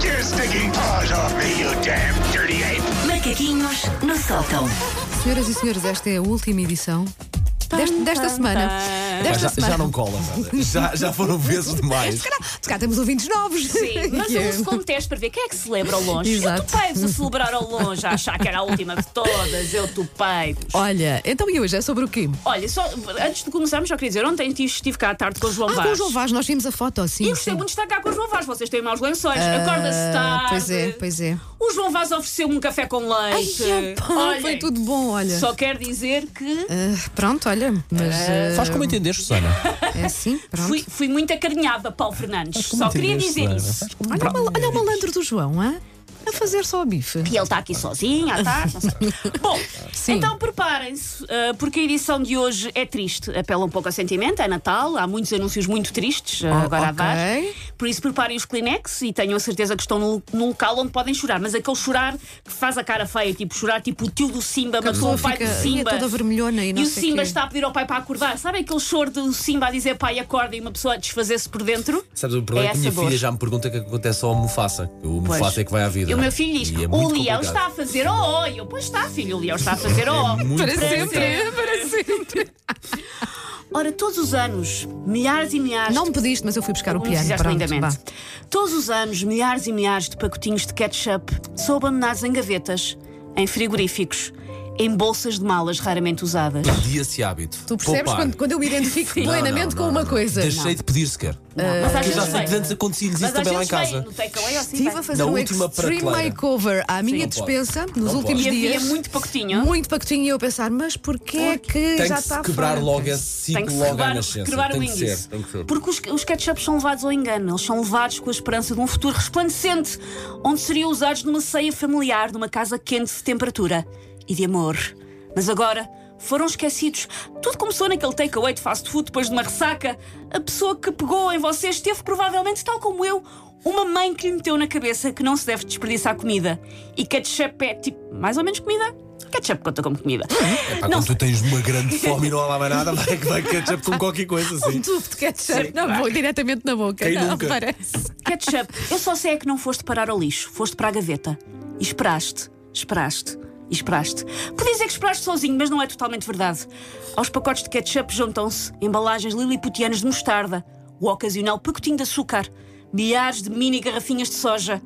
Taking paws off me, you damn dirty ape! Macaquinhos no sótão. Senhoras e senhores, esta é a última edição desta, desta semana. Pá, Desta já, semana. já não cola, Wanda. já, já foram vezes demais. Se calhar, se calhar temos ouvintes novos. Sim, mas Que é- uso como teste para ver quem é que celebra ao longe. Exato. Eu topei-vos a celebrar ao longe, a achar que era a última de todas. Eu topei-vos. Olha, então e hoje é sobre o quê? Olha, só, antes de começarmos, só queria dizer, ontem estive cá à tarde com o João Ah, Vaz. com o João Vaz, nós vimos a foto, sim. E eu gostei sim. muito de estar cá com o João Vaz. Vocês têm maus lençóis. Ah, Acorda-se tarde. Pois é, pois é. O João Vaz ofereceu-me um café com Ai, leite. epá, Olhem, foi tudo bom, olha. Só quero dizer que Ah, pronto, olha, mas ah, Faz como entender, Susana. é assim, pronto. fui, fui muito acarinhada, Paulo Fernandes. Só queria dizer isso. Olha, o mal- olha o malandro do João, hã? a fazer só o bife. E ele está aqui sozinho, à tarde, não sei. Bom, Sim. então preparem-se, ah, porque a edição de hoje é triste. Apela um pouco ao sentimento, é Natal, há muitos anúncios muito tristes ah, Oh, agora há ok. vários. Por isso preparem os Kleenex e tenham a certeza que estão no, num local onde podem chorar. Mas aquele chorar que faz a cara feia, tipo chorar tipo o tio do Simba, matou pessoa o pai fica- do Simba. é toda vermelhona e não o sei Simba quê. está a pedir ao pai para acordar. Sabe aquele choro do Simba a dizer pai acorda e uma pessoa a desfazer-se por dentro? Sabes, o problema é, que a minha essa dor. filha já me pergunta o que é que acontece ao Mufasa. que O Pois. Mufasa é que vai à vida. E o meu filho diz: E é o muito leão complicado. está a fazer ó, ó. E eu, pois está, filho, o leão está a fazer ó. ó." muito Para complicado. sempre, para sempre. Ora, todos os anos, milhares e milhares. Não de... me pediste, mas eu fui buscar o Como piano. fizeste Pronto, lindamente. vá. Todos os anos, milhares e milhares de pacotinhos de ketchup são abandonados em gavetas, em frigoríficos, em bolsas de malas raramente usadas. Dia-se hábito. Tu percebes Poupar. quando, quando eu me identifico Não, não, plenamente não, com uma não. coisa? Deixei de pedir sequer. Não, mas às Porque eu já vezes sei que vem. antes acontecia isso Mas às também lá em vezes vem casa. no takeaway assim. Estive vem. a fazer Na um última extreme prateleira. makeover à minha Não pode. dispensa nos Não últimos E pode. havia dias. muito pacotinho. Muito pacotinho e eu a pensar, mas porquê é que Tem já que se está a quebrar fora? logo esse ciclo, Tem que se logo à quebrar, nascença. quebrar tem o que índice. ser, tem que ser. Porque os, os ketchups são levados ao engano, eles são levados com a esperança de um futuro resplandecente, onde seriam usados numa ceia familiar, numa casa quente de temperatura e de amor. Mas agora foram esquecidos. Tudo começou naquele takeaway de fast food depois de uma ressaca. A pessoa que pegou em vocês teve provavelmente, tal como eu, uma mãe que lhe meteu na cabeça que não se deve desperdiçar comida. E ketchup é tipo, mais ou menos comida. Ketchup conta como comida. Pá, Não quando tu tens uma grande fome e não há lá mais nada, vai que vai ketchup com qualquer coisa Um assim. tubo de ketchup na boca, diretamente na boca. Quem não nunca? parece. Ketchup, eu só sei é que não foste parar ao lixo, foste para a gaveta. E esperaste, esperaste. E esperaste. Podia dizer que esperaste sozinho, mas não é totalmente verdade. Aos pacotes de ketchup juntam-se embalagens liliputianas de mostarda, o ocasional pacotinho de açúcar, milhares de mini garrafinhas de soja